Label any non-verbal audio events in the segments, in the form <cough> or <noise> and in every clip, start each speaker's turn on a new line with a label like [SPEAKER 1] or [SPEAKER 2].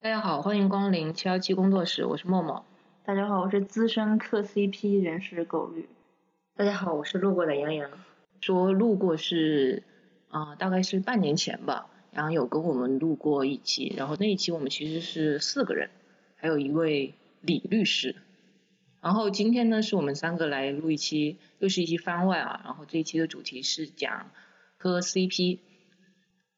[SPEAKER 1] 大家好，欢迎光临七幺七工作室，我是默默。
[SPEAKER 2] 大家好，我是资深磕 CP 人士狗绿。
[SPEAKER 3] 大家好，我是路过的杨洋。
[SPEAKER 1] 说路过是，啊、大概是半年前吧，然后有跟我们录过一期，然后那一期我们其实是四个人，还有一位李律师。然后今天呢，是我们三个来录一期，又是一期番外啊。然后这一期的主题是讲磕 CP。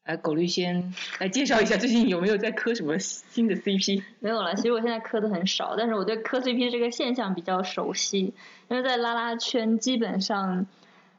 [SPEAKER 1] 来，哎狗绿先来介绍一下最近有没有在磕什么新的 CP？
[SPEAKER 2] 没有了，其实我现在磕的很少，但是我对磕 CP 这个现象比较熟悉，因为在拉拉圈基本上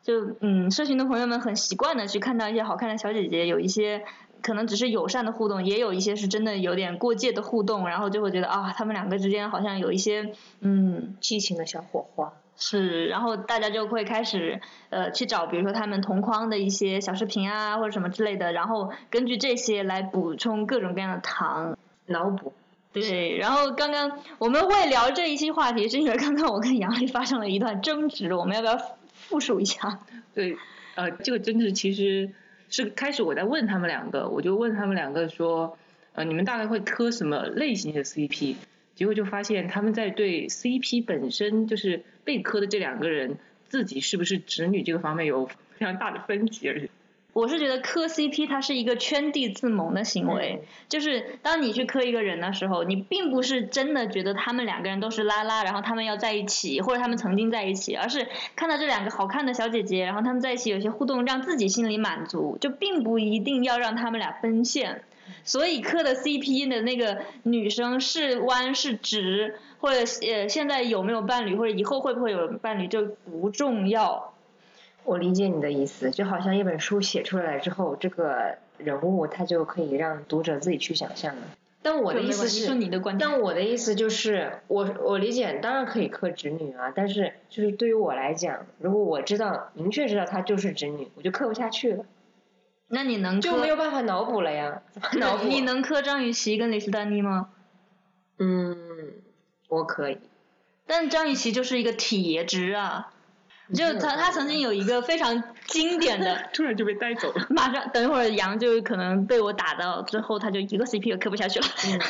[SPEAKER 2] 就嗯，社群的朋友们很习惯的去看到一些好看的小姐姐，有一些可能只是友善的互动，也有一些是真的有点过界的互动，然后就会觉得啊，他们两个之间好像有一些嗯
[SPEAKER 3] 激情的小火花，
[SPEAKER 2] 是，然后大家就会开始呃去找，比如说他们同框的一些小视频啊，或者什么之类的，然后根据这些来补充各种各样的糖。
[SPEAKER 3] 脑补。
[SPEAKER 2] 对，然后刚刚我们会聊这一期话题，是因为刚刚我跟杨丽发生了一段争执，我们要不要复复述一下？
[SPEAKER 1] 对，呃，这个争执其实是开始我在问他们两个，我就问他们两个说，呃，你们大概会磕什么类型的 CP？结果就发现他们在对 CP 本身就是被磕的这两个人自己是不是直女这个方面有非常大的分歧，而且，
[SPEAKER 2] 我是觉得磕 CP 它是一个圈地自萌的行为，就是当你去磕一个人的时候，你并不是真的觉得他们两个人都是拉拉，然后他们要在一起，或者他们曾经在一起，而是看到这两个好看的小姐姐，然后他们在一起有些互动，让自己心里满足，就并不一定要让他们俩分线。所以磕的 CP 的那个女生是弯是直，或者呃现在有没有伴侣，或者以后会不会有伴侣就不重要。
[SPEAKER 3] 我理解你的意思，就好像一本书写出来之后，这个人物他就可以让读者自己去想象了。但我的
[SPEAKER 2] 就
[SPEAKER 3] 意
[SPEAKER 2] 没
[SPEAKER 3] 思
[SPEAKER 2] 关系
[SPEAKER 3] 是，
[SPEAKER 2] 是你的观点
[SPEAKER 3] 但我的意思就是，我我理解，当然可以磕直女啊，但是就是对于我来讲，如果我知道明确知道她就是直女，我就磕不下去了，
[SPEAKER 2] 那你能
[SPEAKER 3] 就
[SPEAKER 2] 磕
[SPEAKER 3] 没有办法脑补了呀， <laughs> 怎么脑补？
[SPEAKER 2] 你能磕张雨绮跟李斯丹妮吗？
[SPEAKER 3] 嗯，我可以。
[SPEAKER 2] 但张雨绮就是一个铁直啊，就
[SPEAKER 3] 嗯
[SPEAKER 2] 她她曾经有一个非常经典的
[SPEAKER 1] 突然就被带走了。
[SPEAKER 2] <laughs> 马上等一会儿杨就可能被我打到，之后她就一个 CP 也磕不下去了。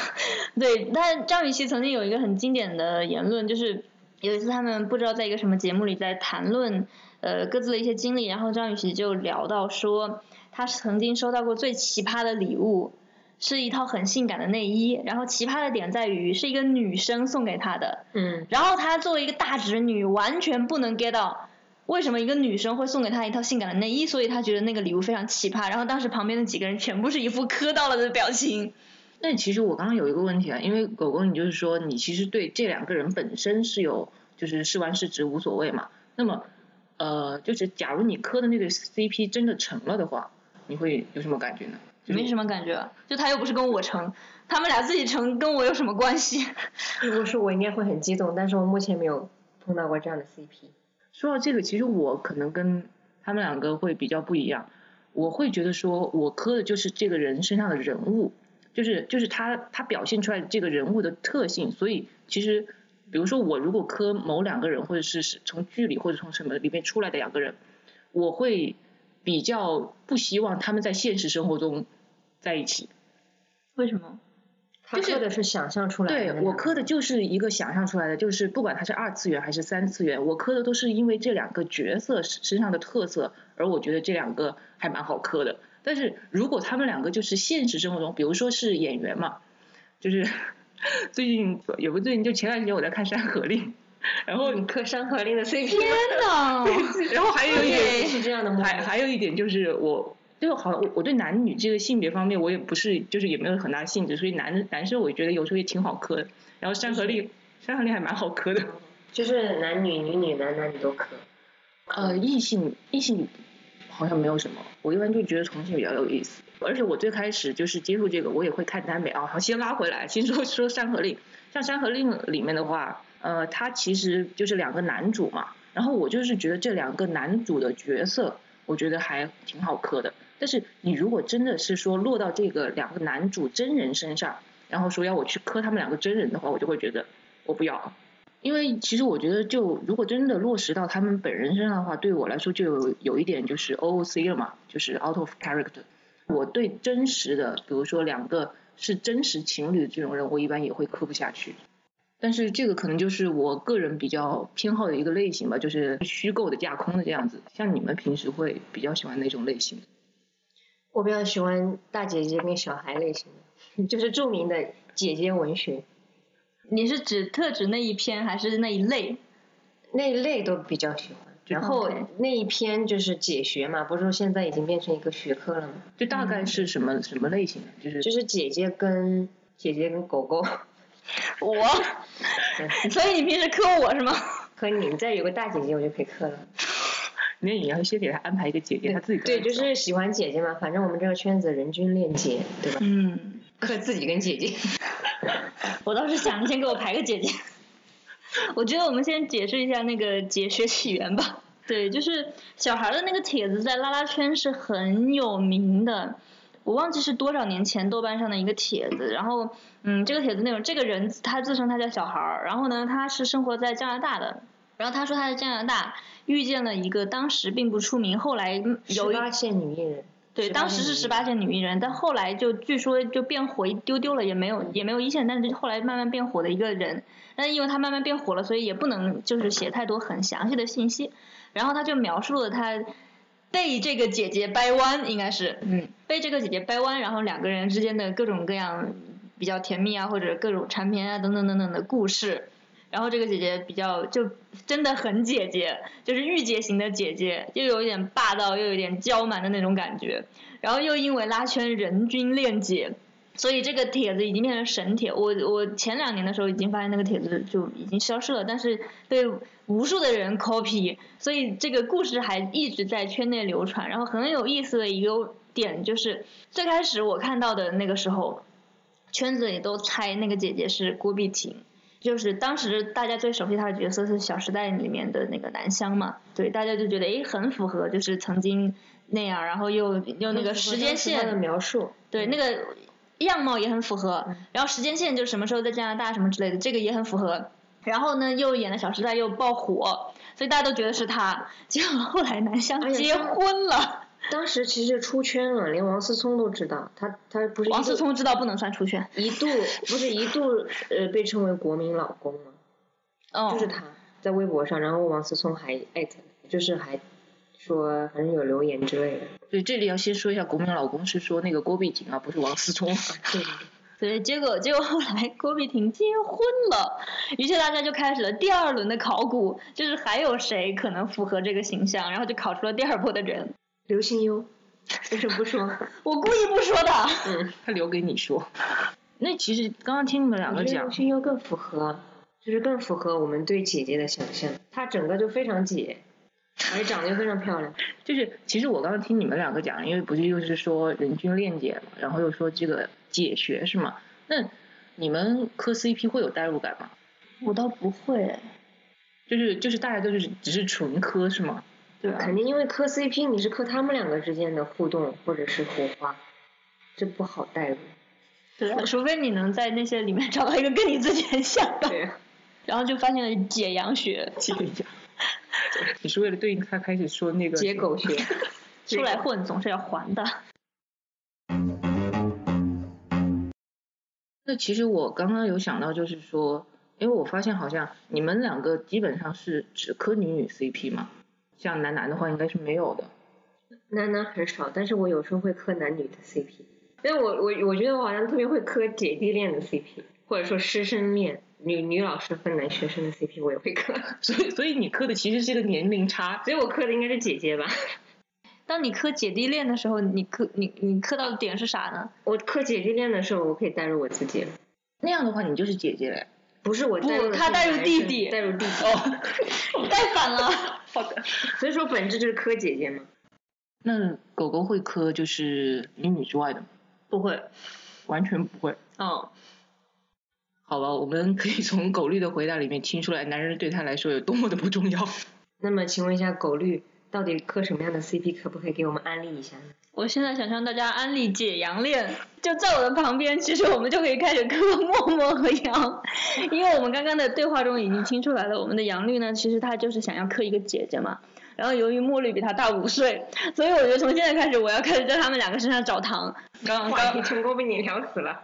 [SPEAKER 2] <laughs> 对，但张雨绮曾经有一个很经典的言论，就是有一次他们不知道在一个什么节目里在谈论呃各自的一些经历，然后张雨绮就聊到说，她曾经收到过最奇葩的礼物，是一套很性感的内衣，然后奇葩的点在于是一个女生送给她的，
[SPEAKER 3] 嗯，
[SPEAKER 2] 然后她作为一个大直女，完全不能 get 到为什么一个女生会送给她一套性感的内衣，所以她觉得那个礼物非常奇葩。然后当时旁边的几个人全部是一副磕到了的表情。
[SPEAKER 1] 那其实我刚刚有一个问题啊，因为狗狗你就是说你其实对这两个人本身是有就是是弯是直无所谓嘛，那么呃就是假如你磕的那对 CP 真的成了的话，你会有什么感觉呢？就是
[SPEAKER 2] 没什么感觉，就她又不是跟我成，他们俩自己成跟我有什么关系？
[SPEAKER 3] 如果是我应该会很激动，但是我目前没有碰到过这样的 CP。
[SPEAKER 1] 说到这个，其实我可能跟他们两个会比较不一样，我会觉得说我磕的就是这个人身上的人物，就是就是他他表现出来的这个人物的特性，所以其实比如说我如果磕某两个人，或者是是从剧里或者从什么里面出来的两个人，我会比较不希望他们在现实生活中在一起。
[SPEAKER 2] 为什么？
[SPEAKER 3] 他
[SPEAKER 1] 就是
[SPEAKER 3] 磕的是想象出来的
[SPEAKER 1] 对
[SPEAKER 3] 那
[SPEAKER 1] 我
[SPEAKER 3] 种
[SPEAKER 1] 磕的就是一个想象出来的，就是不管它是二次元还是三次元，我磕的都是因为这两个角色身身上的特色，而我觉得这两个还蛮好磕的。但是如果他们两个就是现实生活中，比如说是演员嘛，就是 <laughs> 最近也不最近，就前段时间我在看《山河令》，然后
[SPEAKER 3] 你磕《山河令》的 CP，
[SPEAKER 2] 天哪！
[SPEAKER 1] 然后还有一点
[SPEAKER 2] 对
[SPEAKER 3] 是这样的吗？
[SPEAKER 1] 还还有一点就是我。就好像我我对男女这个性别方面，我也不是就是也没有很大兴致，所以男男生我觉得有时候也挺好磕的。然后山河令，山河令还蛮好磕的。
[SPEAKER 3] 就是男女、女女、男男女都磕。
[SPEAKER 1] 呃，异性异性好像没有什么，我一般就觉得同性比较有意思。而且我最开始就是接触这个，我也会看耽美啊。好，先拉回来，先说说《山河令》。像《山河令》里面的话，呃，它其实就是两个男主嘛。然后我就是觉得这两个男主的角色，我觉得还挺好磕的。但是你如果真的是说落到这个两个男主真人身上，然后说要我去磕他们两个真人的话，我就会觉得我不要。因为其实我觉得，就如果真的落实到他们本人身上的话，对我来说就有有一点就是 O O C 了嘛，就是 out of character。我对真实的，比如说两个是真实情侣这种人，我一般也会磕不下去。但是这个可能就是我个人比较偏好的一个类型吧，就是虚构的架空的这样子。像你们平时会比较喜欢哪种类型？
[SPEAKER 3] 我比较喜欢大姐姐跟小孩类型的，就是著名的姐姐文学
[SPEAKER 2] <laughs> 你是指特指那一篇还是那一类？
[SPEAKER 3] 那一类都比较喜欢。然后
[SPEAKER 2] OK
[SPEAKER 3] 那一篇就是解学嘛，不是说现在已经变成一个学科了嘛？
[SPEAKER 1] 就大概是什么、
[SPEAKER 3] 嗯
[SPEAKER 1] 什么类型的？就是
[SPEAKER 3] 就是姐姐跟姐姐跟狗狗
[SPEAKER 2] 我，所以你平时磕我是吗？
[SPEAKER 3] 和你，你再有个大姐姐我就可以磕了。
[SPEAKER 1] 那你要先给他安排一个姐姐，他自己
[SPEAKER 3] 对，
[SPEAKER 1] 跟他
[SPEAKER 3] 就是喜欢姐姐嘛，反正我们这个圈子人均恋姐，对吧？
[SPEAKER 2] 嗯，
[SPEAKER 3] 磕自己跟姐姐。
[SPEAKER 2] <laughs> 我倒是想先给我排个姐姐。我觉得我们先解释一下那个解学起源吧。对，就是小孩儿的那个帖子在拉拉圈是很有名的，我忘记是多少年前豆瓣上的一个帖子。然后，嗯，这个帖子内容，这个人他自称他叫小孩儿，然后呢，他是生活在加拿大的。然后他说他在加拿大遇见了一个当时并不出名，后来
[SPEAKER 3] 十
[SPEAKER 2] 有一
[SPEAKER 3] 八线女艺人，
[SPEAKER 2] 对，
[SPEAKER 3] 18
[SPEAKER 2] 当时是
[SPEAKER 3] 线
[SPEAKER 2] 十
[SPEAKER 3] 女艺
[SPEAKER 2] 八线女艺人，但后来就据说就变火一丢丢了，也没有也没有一线，但是后来慢慢变火的一个人。但是因为他慢慢变火了，所以也不能就是写太多很详细的信息。然后他就描述了他被这个姐姐掰弯，应该是
[SPEAKER 3] 人，嗯，
[SPEAKER 2] 被这个姐姐掰弯，然后两个人之间的各种各样比较甜蜜啊，或者各种缠绵啊等等等等的故事。然后这个姐姐比较就真的很姐姐，就是御姐型的姐姐，又有一点霸道，又有一点娇蛮的那种感觉。然后又因为拉圈人均恋姐，所以这个帖子已经变成神帖。我我前两年的时候已经发现那个帖子就已经消失了，但是被无数的人 copy，所以这个故事还一直在圈内流传。然后很有意思的一个点就是，最开始我看到的那个时候，圈子里都猜那个姐姐是郭碧婷。就是当时大家最熟悉她的角色是《小时代》里面的那个南湘嘛，对，大家就觉得诶很符合，就是曾经那样，然后又又那个时间线
[SPEAKER 3] 的描述，
[SPEAKER 2] 对，那个样貌也很符合，然后时间线就是什么时候在加拿大什么之类的，这个也很符合。然后呢，又演了《小时代》，又爆火，所以大家都觉得是他。结果后来南湘
[SPEAKER 3] 哎呀
[SPEAKER 2] 结
[SPEAKER 3] 他
[SPEAKER 2] 婚了，
[SPEAKER 3] 当时其实出圈了，连王思聪都知道，他他不是一
[SPEAKER 2] 王思
[SPEAKER 3] 度
[SPEAKER 2] 聪知道不能算出圈，
[SPEAKER 3] 一度不是一度呃被称为国民老公吗？
[SPEAKER 2] 哦，
[SPEAKER 3] 就是他在微博上，然后王思聪还艾特，就是还说反正有留言之类的。
[SPEAKER 1] 对，这里要先说一下，国民老公是说那个郭碧婷啊，不是王思聪。
[SPEAKER 3] 对，
[SPEAKER 2] 对，结果结果后来郭碧婷结婚了，于是大家就开始了第二轮的考古，就是还有谁可能符合这个形象，然后就考出了第二波的人。
[SPEAKER 3] 刘心悠为什么不说？
[SPEAKER 2] 我故意不说的，
[SPEAKER 3] 嗯，
[SPEAKER 1] 他留给你说。 <laughs> 嗯那其实刚刚听你们两
[SPEAKER 3] <laughs> 我
[SPEAKER 1] 个
[SPEAKER 3] 觉得刘
[SPEAKER 1] 讲，
[SPEAKER 3] 心悠更符合，就是更符合我们对姐姐的想象。她整个就非常姐，而且长得又非常漂亮。
[SPEAKER 1] 就是其实我刚刚听你们两个讲，因为不是又是说人均恋姐嘛，然后又说这个解学是吗？那你们磕 CP 会有代入感吗？
[SPEAKER 2] 我倒不会，
[SPEAKER 1] 就是就是大家都是只是纯磕是 <laughs> 吗？
[SPEAKER 2] 对啊
[SPEAKER 3] 肯定因为磕 CP，你是磕他们两个之间的互动或者是火花，这不好带入。
[SPEAKER 2] 对啊，除非你能在那些里面找到一个跟你自己很像的，
[SPEAKER 3] 对，啊
[SPEAKER 2] 然后就发现了解阳学，
[SPEAKER 1] 解一下，你是为了对应他开始说那个
[SPEAKER 3] 解狗血。
[SPEAKER 2] <laughs> 出来混总是要还的。
[SPEAKER 1] 那其实我刚刚有想到，就是说，因为我发现好像你们两个基本上是只磕女女 CP 嘛，像男男的话应该是没有的。
[SPEAKER 3] 男男很少，但是我有时候会磕男女的 CP。但我我我觉得我好像特别会磕姐弟恋的 CP，或者说师生恋，女女老师和男学生的 CP 我也会磕，
[SPEAKER 1] 所以，所以你磕的其实是一个年龄差，
[SPEAKER 3] 所以我磕的应该是姐姐吧。
[SPEAKER 2] 当你磕姐弟恋的时候，你磕你你磕到的点是啥呢？
[SPEAKER 3] 我磕姐弟恋的时候，我可以带入我自己了，
[SPEAKER 1] 那样的话你就是姐姐嘞。
[SPEAKER 3] 不是我带入
[SPEAKER 2] 不他带入
[SPEAKER 3] 男
[SPEAKER 2] 弟
[SPEAKER 3] 生
[SPEAKER 2] 弟
[SPEAKER 3] 带入弟弟，
[SPEAKER 1] 哦，
[SPEAKER 2] <laughs> 带反了。
[SPEAKER 1] 好的。
[SPEAKER 3] 所以说本质就是磕姐姐嘛。
[SPEAKER 1] 那狗狗会磕就是女女之外的吗？
[SPEAKER 2] 不会，
[SPEAKER 1] 完全不会。
[SPEAKER 2] 哦，
[SPEAKER 1] 好吧，我们可以从狗绿的回答里面听出来，男人对他来说有多么的不重要。 <laughs>
[SPEAKER 3] 那么请问一下狗绿，到底磕什么样的 CP，可不可以给我们安利一下呢？
[SPEAKER 2] 我现在想向大家安利解羊恋，就在我的旁边，其实我们就可以开始磕默默和羊，因为我们刚刚的对话中已经听出来了，我们的杨律呢，其实他就是想要磕一个姐姐嘛。然后由于墨绿比他大五岁，所以我觉得从现在开始，我要开始在他们两个身上找糖。刚
[SPEAKER 3] 话题
[SPEAKER 2] 刚
[SPEAKER 3] 成功被你聊死了。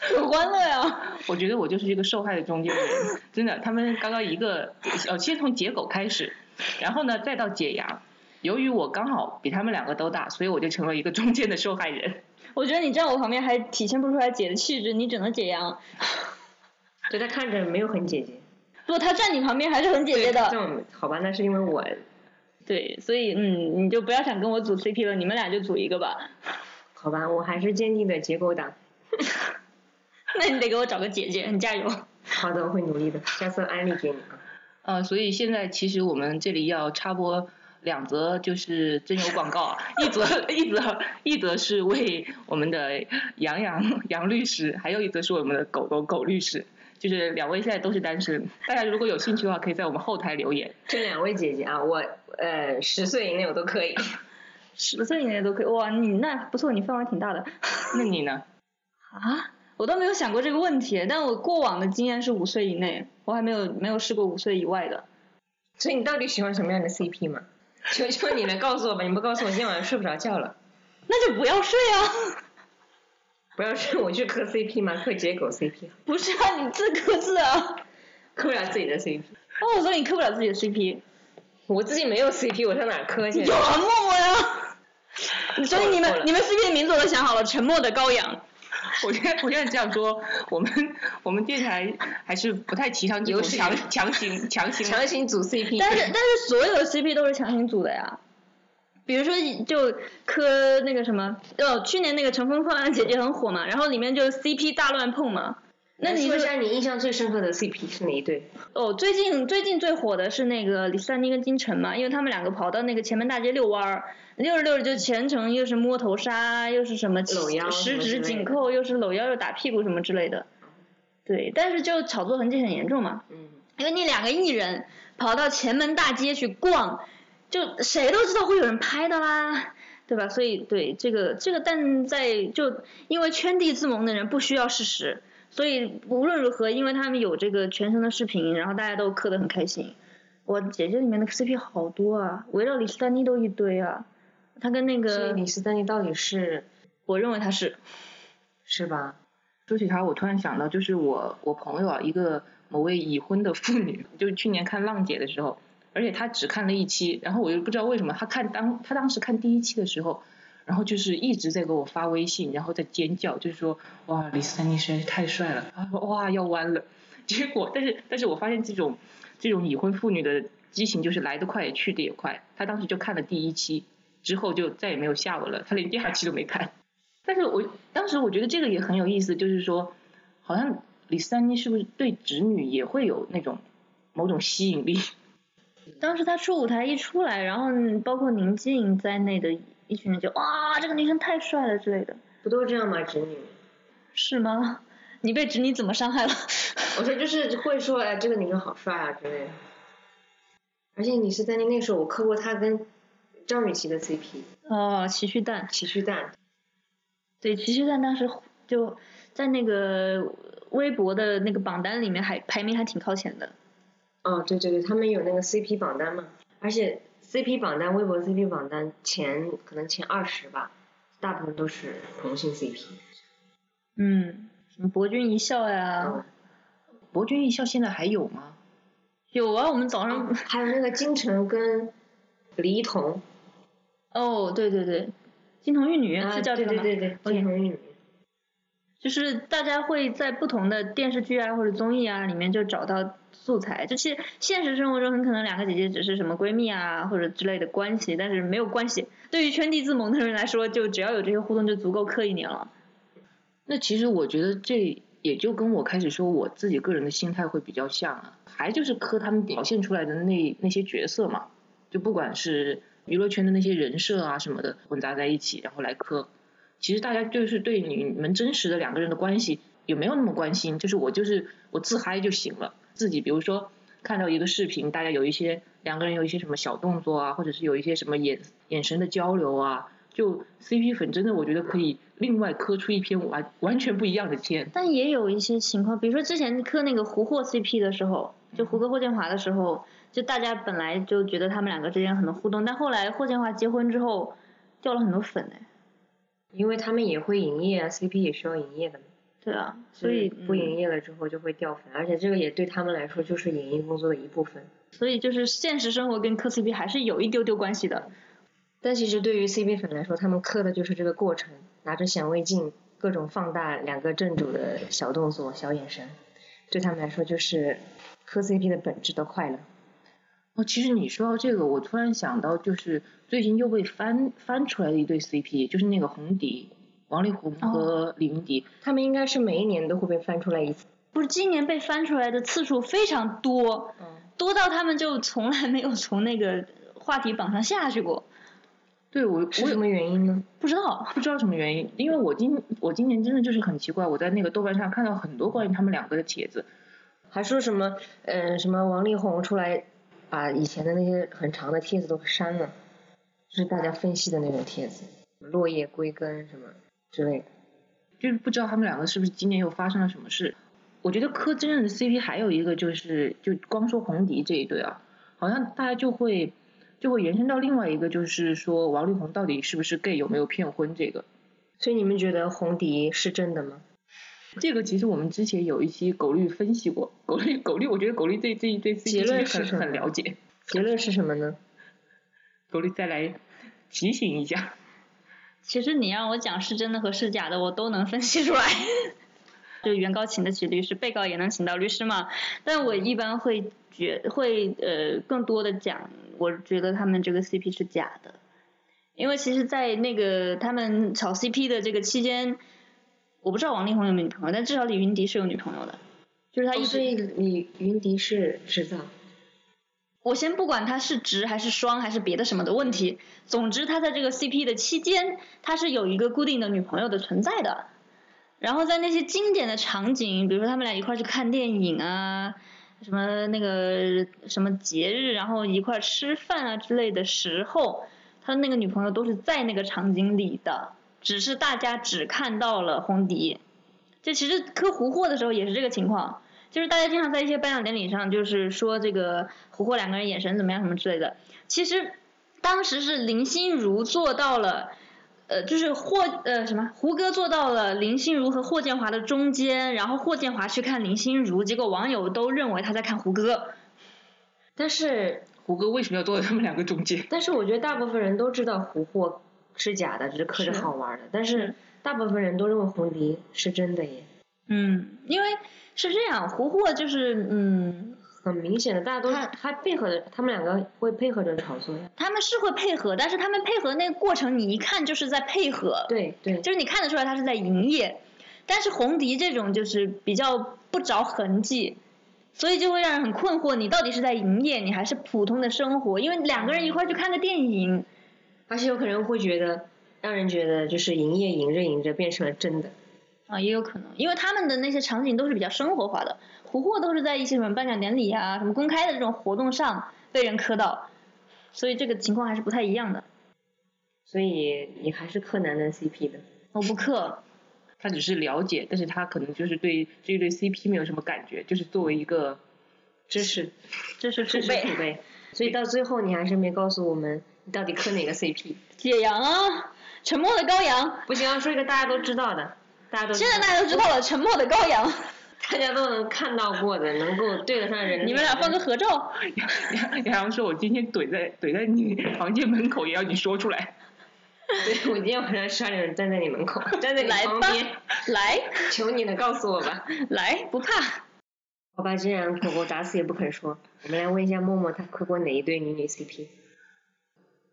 [SPEAKER 2] 很欢乐呀。
[SPEAKER 1] 我觉得我就是一个受害的中间人，真的。他们刚刚一个呃，先从解狗开始，然后呢再到解牙。由于我刚好比他们两个都大，所以我就成了一个中间的受害人。
[SPEAKER 2] 我觉得你站我旁边还体现不出来姐的气质，你只能解阳。
[SPEAKER 3] 对他看着没有很姐姐，
[SPEAKER 2] 不，她站你旁边还是很姐姐
[SPEAKER 3] 这
[SPEAKER 2] 的。
[SPEAKER 3] 种好吧，那是因为我
[SPEAKER 2] 对，所以嗯，你就不要想跟我组 CP 了，你们俩就组一个吧。 <laughs>
[SPEAKER 3] 好吧，我还是坚定的结构党。
[SPEAKER 2] 那你得给我找个姐姐，你加油。
[SPEAKER 3] 好的，我会努力的，下次安利给你啊。
[SPEAKER 1] 呃，所以现在其实我们这里要插播两则，就是真有广告啊，一则一则一则是为我们的杨洋杨律师，还有一则是我们的狗狗狗律师。就是两位现在都是单身，大家如果有兴趣的话，可以在我们后台留言。
[SPEAKER 3] 这两位姐姐啊，我呃十岁以内我都可以。 <laughs>
[SPEAKER 2] 十岁以内都可以，哇，你那不错，你范围挺大的。
[SPEAKER 1] 那你呢？
[SPEAKER 2] 啊，我倒没有想过这个问题，但我过往的经验是五岁以内，我还没有没有试过五岁以外的。
[SPEAKER 3] 所以你到底喜欢什么样的 CP 嘛？求求你来告诉我吧！你不告诉我，今天晚上睡不着觉了。
[SPEAKER 2] 那就不要睡啊！ <laughs>
[SPEAKER 3] 不要是我去磕 CP 嘛，磕结狗 CP，
[SPEAKER 2] 不是啊，你自各自啊。
[SPEAKER 3] 磕不了自己的 CP。
[SPEAKER 2] 哦，所以你磕不了自己的 CP，
[SPEAKER 3] 我自己没有 CP，我上哪儿磕去？
[SPEAKER 2] 有啊，默默
[SPEAKER 3] <laughs>
[SPEAKER 2] 呀。所以你
[SPEAKER 3] 错了
[SPEAKER 2] 们你们 CP 的名字我都想好了，沉默的羔羊。
[SPEAKER 1] 我现在我现在这样说，我们我们电台还是不太提倡这种
[SPEAKER 3] 有史以
[SPEAKER 1] 强强行强
[SPEAKER 3] <laughs>
[SPEAKER 1] 行
[SPEAKER 3] 强行组 CP，
[SPEAKER 2] 但是但是所有的 CP 都是强行组的呀。比如说，就磕那个什么，哦，去年那个《乘风破浪的姐姐》很火嘛，然后里面就 CP 大乱碰嘛。那你就
[SPEAKER 3] 说一下你印象最深刻的 CP 是哪一对？
[SPEAKER 2] 哦，最近最近最火的是那个李三妮跟金晨嘛，因为他们两个跑到那个前门大街遛弯儿，溜着溜着就全程又是摸头杀，又是什么
[SPEAKER 3] 搂腰什
[SPEAKER 2] 十
[SPEAKER 3] 么之
[SPEAKER 2] 指
[SPEAKER 3] 类的
[SPEAKER 2] 紧扣，又是搂腰又打屁股什么之类的。对，但是就炒作痕迹很严重嘛，
[SPEAKER 3] 嗯，
[SPEAKER 2] 因为你两个艺人跑到前门大街去逛，就谁都知道会有人拍的啦，对吧？所以对这个这个，但在就因为圈地自萌的人不需要事实，所以无论如何，因为他们有这个全程的视频，然后大家都磕得很开心。我姐姐里面的 CP 好多啊，围绕李斯丹妮都一堆啊。他跟那
[SPEAKER 3] 所以
[SPEAKER 2] 个，
[SPEAKER 3] 李斯丹妮到底是
[SPEAKER 2] 我认为他是，
[SPEAKER 3] 是吧？
[SPEAKER 1] 说起他，我突然想到，就是我我朋友啊，一个某位已婚的妇女， <laughs> 就是去年看《浪姐》的时候，而且她只看了一期，然后我又不知道为什么，她看当她当时看第一期的时候，然后就是一直在给我发微信，然后在尖叫，就是说哇，李斯丹妮实在是太帅了，她说哇要弯了， <laughs> 结果但是但是我发现这种这种已婚妇女的激情就是来得快也去得也快，她当时就看了第一期，之后就再也没有下文了，她连第二期都没看。但是我当时我觉得这个也很有意思，就是说，好像李斯丹妮是不是对直女也会有那种某种吸引力？ <laughs>
[SPEAKER 2] 当时他出舞台一出来，然后包括宁静在内的一群人就哇，这个女生太帅了之类的，
[SPEAKER 3] 不都这样吗？侄女，
[SPEAKER 2] 是吗？你被侄女怎么伤害了？ <laughs>
[SPEAKER 3] 我说就是会说哎，这个女生好帅啊之类的。而且李斯丹妮那时候我磕过她跟张雨绮的 CP，
[SPEAKER 2] 哦，奇趣蛋，
[SPEAKER 3] 奇趣蛋，
[SPEAKER 2] 对，奇趣蛋当时就在那个微博的那个榜单里面还排名还挺靠前的。
[SPEAKER 3] 哦，对对对，他们有那个 CP 榜单嘛，而且 CP 榜单、微博 CP 榜单前可能前二十吧，大部分都是同性 CP。
[SPEAKER 2] 嗯，什么博君一笑呀，
[SPEAKER 3] 嗯，
[SPEAKER 1] 博君一笑现在还有吗？
[SPEAKER 2] 有啊，我们早上
[SPEAKER 3] 还有那个金晨跟李一桐，
[SPEAKER 2] 哦，对对对，金童玉女
[SPEAKER 3] 啊
[SPEAKER 2] 是叫这
[SPEAKER 3] 对
[SPEAKER 2] 个
[SPEAKER 3] 对
[SPEAKER 2] 吗？
[SPEAKER 3] 对对，
[SPEAKER 2] OK
[SPEAKER 3] 金童玉女。
[SPEAKER 2] 就是大家会在不同的电视剧啊或者综艺啊里面就找到素材。就其实现实生活中很可能两个姐姐只是什么闺蜜啊或者之类的关系，但是没有关系。对于圈地自萌的人来说，就只要有这些互动就足够磕一年了。
[SPEAKER 1] 那其实我觉得这也就跟我开始说我自己个人的心态会比较像啊，还就是磕他们表现出来的那那些角色嘛，就不管是娱乐圈的那些人设啊什么的混杂在一起，然后来磕。其实大家就是对你们真实的两个人的关系也没有那么关心，就是我就是我自嗨就行了。自己比如说看到一个视频，大家有一些两个人有一些什么小动作啊，或者是有一些什么眼眼神的交流啊，就 CP 粉真的，我觉得可以另外磕出一篇完完全不一样的片。
[SPEAKER 2] 但也有一些情况，比如说之前磕那个胡霍 CP 的时候，就胡歌霍建华的时候，就大家本来就觉得他们两个之间很多互动，但后来霍建华结婚之后掉了很多粉哎。
[SPEAKER 3] 因为他们也会营业啊，CP 也需要营业的嘛，
[SPEAKER 2] 对啊，所以
[SPEAKER 3] 就是不营业了之后就会掉粉，而且这个也对他们来说就是演艺工作的一部分。
[SPEAKER 2] 所以就是现实生活跟磕 CP 还是有一丢丢关系的。
[SPEAKER 3] 但其实对于 CP 粉来说，他们磕的就是这个过程，拿着显微镜各种放大两个正主的小动作、小眼神，对他们来说就是磕 CP 的本质的快乐。
[SPEAKER 1] 哦，其实你说到这个，我突然想到，就是最近又被翻翻出来的一对 CP，就是那个红迪，王力宏和李云迪。
[SPEAKER 3] 他们应该是每一年都会被翻出来一次。
[SPEAKER 2] 不是今年被翻出来的次数非常多，多到他们就从来没有从那个话题榜上下去过，
[SPEAKER 1] 对我，
[SPEAKER 3] 是
[SPEAKER 1] 我
[SPEAKER 3] 什
[SPEAKER 1] 也
[SPEAKER 3] 么原因呢？
[SPEAKER 2] 不知道。
[SPEAKER 1] 不知道什么原因，因为我今我今年真的就是很奇怪，我在那个豆瓣上看到很多关于他们两个的帖子，
[SPEAKER 3] 还说什么，嗯、什么王力宏出来把以前的那些很长的帖子都给删了，就是大家分析的那种帖子，落叶归根什么之类的。
[SPEAKER 1] 就是不知道他们两个是不是今年又发生了什么事。我觉得磕真正的 CP 还有一个就是，就光说红迪这一对啊，好像大家就会就会延伸到另外一个，就是说王力宏到底是不是 gay，有没有骗婚这个。
[SPEAKER 3] 所以你们觉得红迪是真的吗？
[SPEAKER 1] 这个其实我们之前有一期狗绿分析过，狗绿狗绿，我觉得狗绿对这一对 CP
[SPEAKER 3] 结论
[SPEAKER 1] 其实
[SPEAKER 3] 是什
[SPEAKER 1] 很很
[SPEAKER 3] 么
[SPEAKER 1] 了解。
[SPEAKER 3] 结论是什么呢？
[SPEAKER 1] 狗绿再来提醒一下，
[SPEAKER 2] 其实你让我讲是真的和是假的，我都能分析出来。 <laughs> 就原告请得起律师，被告也能请到律师嘛。但我一般会觉会呃更多的讲，我觉得他们这个 CP 是假的，因为其实，在那个他们炒 CP 的这个期间，我不知道王力宏有没有女朋友，但至少李云迪是有女朋友的，就是他一直
[SPEAKER 3] 所以李云迪是制造，
[SPEAKER 2] 我先不管他是直还是双还是别的什么的问题，总之他在这个 CP 的期间，他是有一个固定的女朋友的存在的。然后在那些经典的场景，比如说他们俩一块儿去看电影啊，什么那个什么节日，然后一块儿吃饭啊之类的时候，他的那个女朋友都是在那个场景里的，只是大家只看到了红迪。这其实磕胡货的时候也是这个情况，就是大家经常在一些颁奖典礼上，就是说这个胡霍两个人眼神怎么样什么之类的。其实当时是林心如做到了，呃，就是霍呃什么胡歌做到了林心如和霍建华的中间，然后霍建华去看林心如，结果网友都认为他在看胡歌。
[SPEAKER 3] 但是
[SPEAKER 1] 胡歌为什么要坐在他们两个中间？
[SPEAKER 3] 但是我觉得大部分人都知道胡霍是假的，只是磕着
[SPEAKER 2] 是
[SPEAKER 3] 好玩儿的。但是大部分人都认为红迪是真的耶，
[SPEAKER 2] 嗯，因为是这样，胡霍就是嗯，
[SPEAKER 3] 很明显的，大家都
[SPEAKER 2] 他
[SPEAKER 3] 他配合着，他们两个会配合着炒作呀。
[SPEAKER 2] 他们是会配合，但是他们配合那个过程，你一看就是在配合。
[SPEAKER 3] 对对，
[SPEAKER 2] 就是你看得出来他是在营业，但是红迪这种就是比较不着痕迹，所以就会让人很困惑，你到底是在营业，你还是普通的生活？因为两个人一块儿去看个电影，
[SPEAKER 3] 而且有可能会觉得，让人觉得就是营业营着营着变成了真的。
[SPEAKER 2] 啊，也有可能，因为他们的那些场景都是比较生活化的，胡霍都是在一些什么颁奖典礼啊、什么公开的这种活动上被人磕到，所以这个情况还是不太一样的。
[SPEAKER 3] 所以你还是柯南的 CP 的，
[SPEAKER 2] 我不磕，
[SPEAKER 1] 他只是了解，但是他可能就是对这一对 CP 没有什么感觉，就是作为一个
[SPEAKER 3] 知识
[SPEAKER 2] 这是储
[SPEAKER 3] 知识
[SPEAKER 2] 备
[SPEAKER 3] 储备。所以到最后你还是没告诉我们你到底磕哪个 CP。
[SPEAKER 2] 解羊啊，沉默的羔羊，
[SPEAKER 3] 不行，要说一个大家都知道的，大家都知
[SPEAKER 2] 现在
[SPEAKER 3] 道
[SPEAKER 2] 大家都知道了，沉默的羔羊，
[SPEAKER 3] 大家都能看到过的，能够对得上人。
[SPEAKER 2] 你们俩放个合照。
[SPEAKER 1] 杨 <laughs> 杨杨洋说：“我今天怼在怼在你房间门口，也要你说出来。
[SPEAKER 3] 对，我今天晚上十二点站在
[SPEAKER 2] <laughs>
[SPEAKER 3] 你门口，站在你
[SPEAKER 2] 来
[SPEAKER 3] 旁
[SPEAKER 2] 吧
[SPEAKER 3] 边，，
[SPEAKER 2] <laughs> 来
[SPEAKER 3] 求你了，告诉我
[SPEAKER 2] <laughs>
[SPEAKER 3] 吧。
[SPEAKER 2] 来，不怕。 <laughs>
[SPEAKER 3] 好吧，既然狗狗打死也不肯说，我们来问一下默默，他磕过哪一对女女 CP？”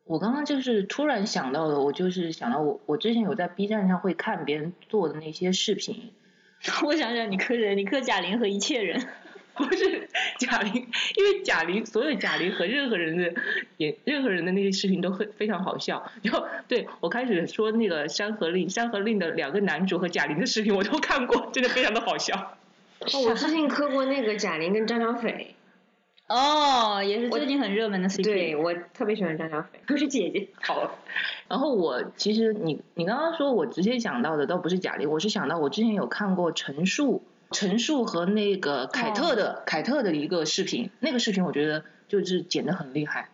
[SPEAKER 1] 我刚刚就是突然想到的，我就是想到我我之前有在 B 站上会看别人做的那些视频，
[SPEAKER 2] 我想想，你磕谁？你磕贾玲和一切人。
[SPEAKER 1] 不是贾玲，因为贾玲所有贾玲和任何人的也任何人的那些视频都很非常好笑。然后对我开始说那个《山河令》，《山河令》的两个男主和贾玲的视频我都看过，真的非常的好笑。
[SPEAKER 3] 哦，我最近磕过那个贾玲跟张小斐，
[SPEAKER 2] 哦，也是
[SPEAKER 3] 我
[SPEAKER 2] 最近很热门的 CP。
[SPEAKER 3] 对我特别喜欢张小斐，她是姐姐。
[SPEAKER 1] 好，然后我其实你你刚刚说我直接想到的倒不是贾玲，我是想到我之前有看过陈数陈数和那个凯特的、凯特的一个视频，那个视频我觉得就是剪得很厉害。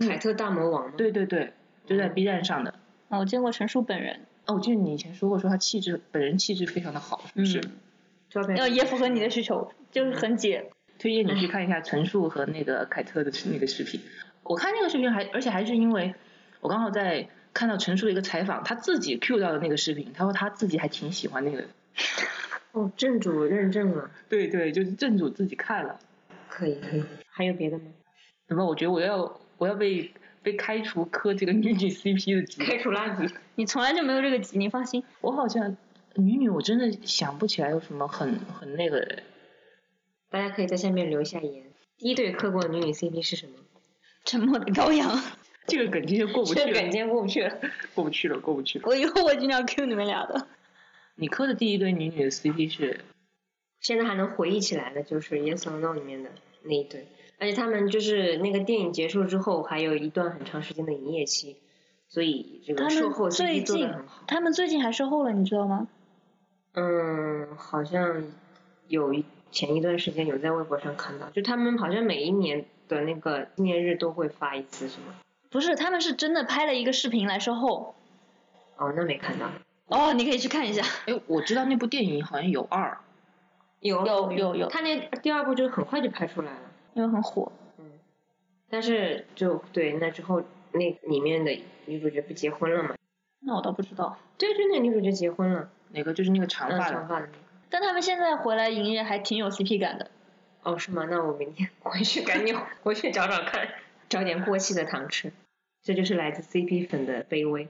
[SPEAKER 3] 凯特大魔王吗？
[SPEAKER 1] 对对对，就在 B 站上的。
[SPEAKER 2] 哦，我见过陈数本人，
[SPEAKER 1] 哦，我记得你以前说过，说他气质本人气质非常的好，是不是？
[SPEAKER 2] 嗯，
[SPEAKER 3] 就要被
[SPEAKER 2] 要也符合你的需求，就是很解。
[SPEAKER 1] 推荐你去看一下陈数和那个凯特的那个视频。我看那个视频还，而且还是因为我刚好在看到陈数的一个采访，他自己 Q 到的那个视频，他说他自己还挺喜欢那个。
[SPEAKER 3] 哦，正主认证了，
[SPEAKER 1] 对对，就是正主自己看了。
[SPEAKER 3] 可以可以。还有别的吗？
[SPEAKER 1] 怎么？我觉得我要我要被被开除磕这个女女 CP 的级。
[SPEAKER 3] 除垃圾。
[SPEAKER 2] 你从来就没有这个急，你放心。
[SPEAKER 1] 我好像女女，我真的想不起来有什么很很那个人。
[SPEAKER 3] 大家可以在下面留一下言，一对磕过的女女 CP 是什么？
[SPEAKER 2] 沉默的羔羊， <laughs>
[SPEAKER 1] 这个梗今天过不去
[SPEAKER 3] <laughs> 这
[SPEAKER 1] 了
[SPEAKER 3] 梗，今天过不去了。
[SPEAKER 1] 过不去了，过不去了。
[SPEAKER 2] 我以后我经常 Q 你们俩的。
[SPEAKER 1] 你磕的第一对女女的 CP 是
[SPEAKER 3] 现在还能回忆起来的就是《Yes or No》里面的那一对，而且他们就是那个电影结束之后，还有一段很长时间的营业期，所以这
[SPEAKER 2] 他
[SPEAKER 3] 个售后
[SPEAKER 2] 们最
[SPEAKER 3] CP 做
[SPEAKER 2] 近
[SPEAKER 3] 的很好。，
[SPEAKER 2] 他们最近还售后了，你知道吗？
[SPEAKER 3] 嗯，好像有一前一段时间有在微博上看到，就他们好像每一年的那个纪念日都会发一次，是吗？
[SPEAKER 2] 不是，他们是真的拍了一个视频来售后。
[SPEAKER 3] 哦，那没看到。
[SPEAKER 2] 哦，你可以去看一下。 <laughs>
[SPEAKER 1] 哎，我知道那部电影好像有二，
[SPEAKER 3] 有
[SPEAKER 2] 有有有
[SPEAKER 3] 他那第二部就是很快就拍出来了，
[SPEAKER 2] 因
[SPEAKER 3] 嗯
[SPEAKER 2] 为很火。
[SPEAKER 3] 但是就对那之后那里面的女主角不结婚了嘛？
[SPEAKER 2] 那我倒不知道，
[SPEAKER 3] 对对，那女主角结婚了，
[SPEAKER 1] 哪个就是那个长
[SPEAKER 3] 嗯，
[SPEAKER 1] 发
[SPEAKER 3] 长
[SPEAKER 1] 的。
[SPEAKER 3] 发的那个。
[SPEAKER 2] 但他们现在回来营业还挺有 CP 感的。
[SPEAKER 3] 哦，是吗？那我明天 <laughs> 回去赶紧回去找找看，找点过期的糖吃。这就是来自 CP 粉的卑微，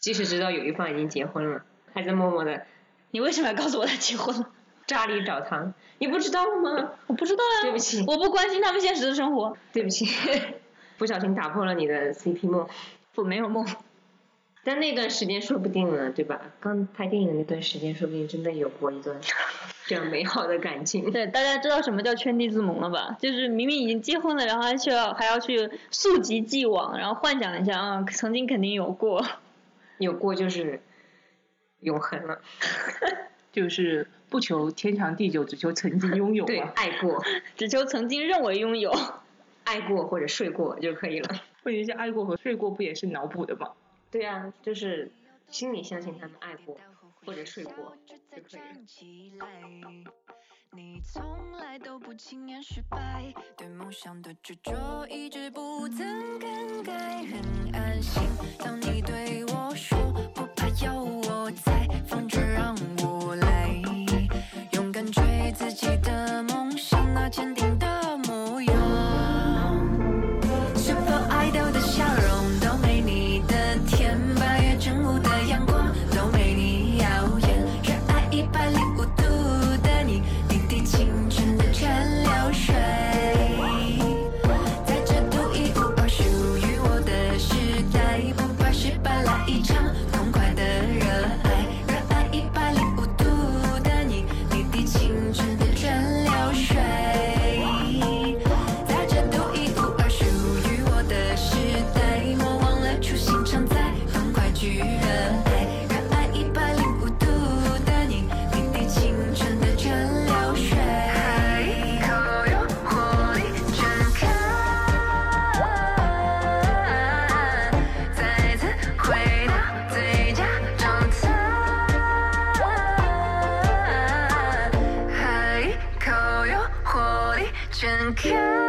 [SPEAKER 3] 即使知道有一方已经结婚了，还在默默的
[SPEAKER 2] 你为什么要告诉我他结婚了？
[SPEAKER 3] 炸里找糖，你不知道吗？
[SPEAKER 2] 我不知道呀、
[SPEAKER 3] 对不起
[SPEAKER 2] 我不关心他们现实的生活。
[SPEAKER 3] 对不起， <laughs> 不小心打破了你的 CP 梦。
[SPEAKER 2] 我没有梦。
[SPEAKER 3] 但那段时间说不定呢，对吧？刚拍电影的那段时间，说不定真的有过一段这样美好的感情。
[SPEAKER 2] 对，大家知道什么叫圈地自萌了吧？就是明明已经结婚了，然后还需要还要去溯及既往，然后幻想一下啊，曾经肯定有过。
[SPEAKER 3] 有过就是永恒了，
[SPEAKER 1] 就是不求天长地久，只求曾经拥有
[SPEAKER 3] 对，
[SPEAKER 1] 嘛。
[SPEAKER 3] 爱过、
[SPEAKER 2] 只求曾经认为拥有。
[SPEAKER 3] 爱过或者睡过就可以了。
[SPEAKER 1] 问题是爱过和睡过不也是脑补的吗？
[SPEAKER 3] 对啊，就是心里相信他们爱过或者睡过就可以了。
[SPEAKER 4] 你从来都不轻言失败，对梦想的执着一直不曾更改，很安心。当你对我说不怕，有我在，放着让我来，勇敢追自己的梦想，那坚定的模样。Super Idol 的笑容都没你的甜，八月正午的阳光都没你耀眼，热爱一百零五度的你，滴滴清纯的蒸馏水，在这独一无二属于我的时代，不怕失败来一场痛快的热爱，热爱一百零五度的你，滴滴清纯的蒸馏水。在这独一无二属于我的时代，莫忘了初心，常在痛快去热爱，热爱一百零五度的你，滴滴清纯的蒸馏水，海口有活力绽开，再次回到最佳状态，海口有活力。展开。